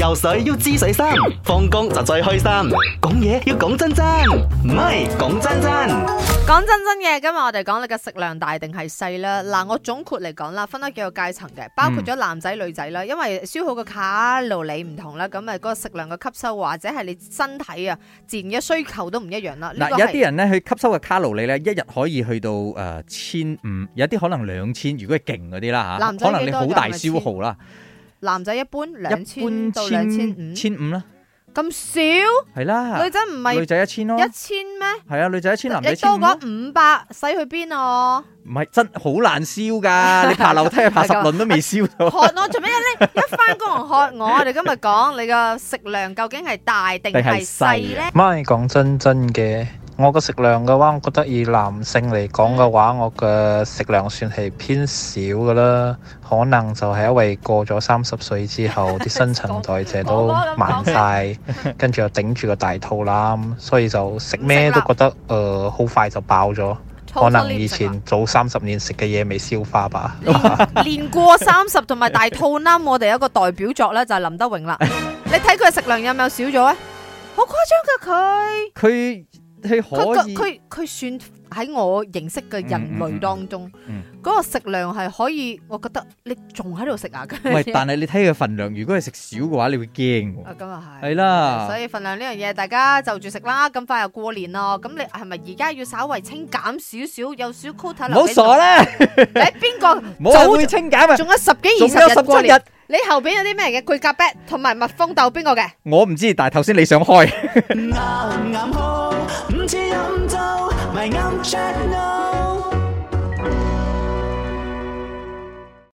游水要知水深，放工就最開心。講嘢要講真真，唔係講真真。講真真嘅，今日我哋講你嘅食量大定係細啦。嗱，我總括嚟講啦，分咗幾個階層嘅，包嗯括咗男仔女仔啦，因為消耗嘅卡路里唔同啦，咁啊嗰個食量嘅吸收或者係你身體啊自然嘅需求都唔一樣啦。呢嗱，個有啲係人咧，佢吸收嘅卡路里咧，一日可以去到誒千五，有啲可能兩千，如果係勁嗰啲啦嚇，男仔可能幾你多好㗎大係咪消耗啦，男仔一般兩千一到般兩千千五，千五啦，咁少？係啦女，仔唔係女仔一千咯，一千咩？係啊，女仔一千，男仔你千多五咯過，五百，使去邊啊？唔係真好 難燒㗎，你爬樓梯爬十輪都未燒到，喝我做咩咧？ 一翻工人喝我，我哋今日講你嘅食量究竟係大定定係係細啊細咧？咪講真真嘅，我個食量嘅話，我覺得以男性嚟講嘅話，我嘅食量算係偏少噶啦。可能就係因為過咗三十歲之後，啲新陳代謝都慢晒，跟住又頂住個大肚腩，所以就食咩都覺得呃誒好、快就飽咗。可啊能以前早三十年食嘅嘢未消化吧。年過三十同埋大肚腩，我哋有一個代表作咧就係林德榮啦。你睇佢嘅食量有冇少咗啊？好誇張㗎佢佢佢，佢可以佢佢算喺我認識嘅人類當中嗯嗯嗯，嗰個食量係可以，我覺得你仲喺度食啊？ 唔係，但係你睇佢份量，如果係食少嘅話，你會驚喎啊，，咁啊 係。係啦所。以份量呢樣嘢，大家就住食啦。咁快又過年咯，咁你係咪而家要稍為清減少少，有少 quota 唔留好俾 我傻！啦，你邊個冇早人會清減啊！仲有十仲幾有二十十日過七年日，，你後邊有啲咩嘅？巨甲 bat 同埋蜜蜂豆邊個嘅？我唔知，但係頭先你想開。啱唔啱好？唔似飲酒，咪啱 check no。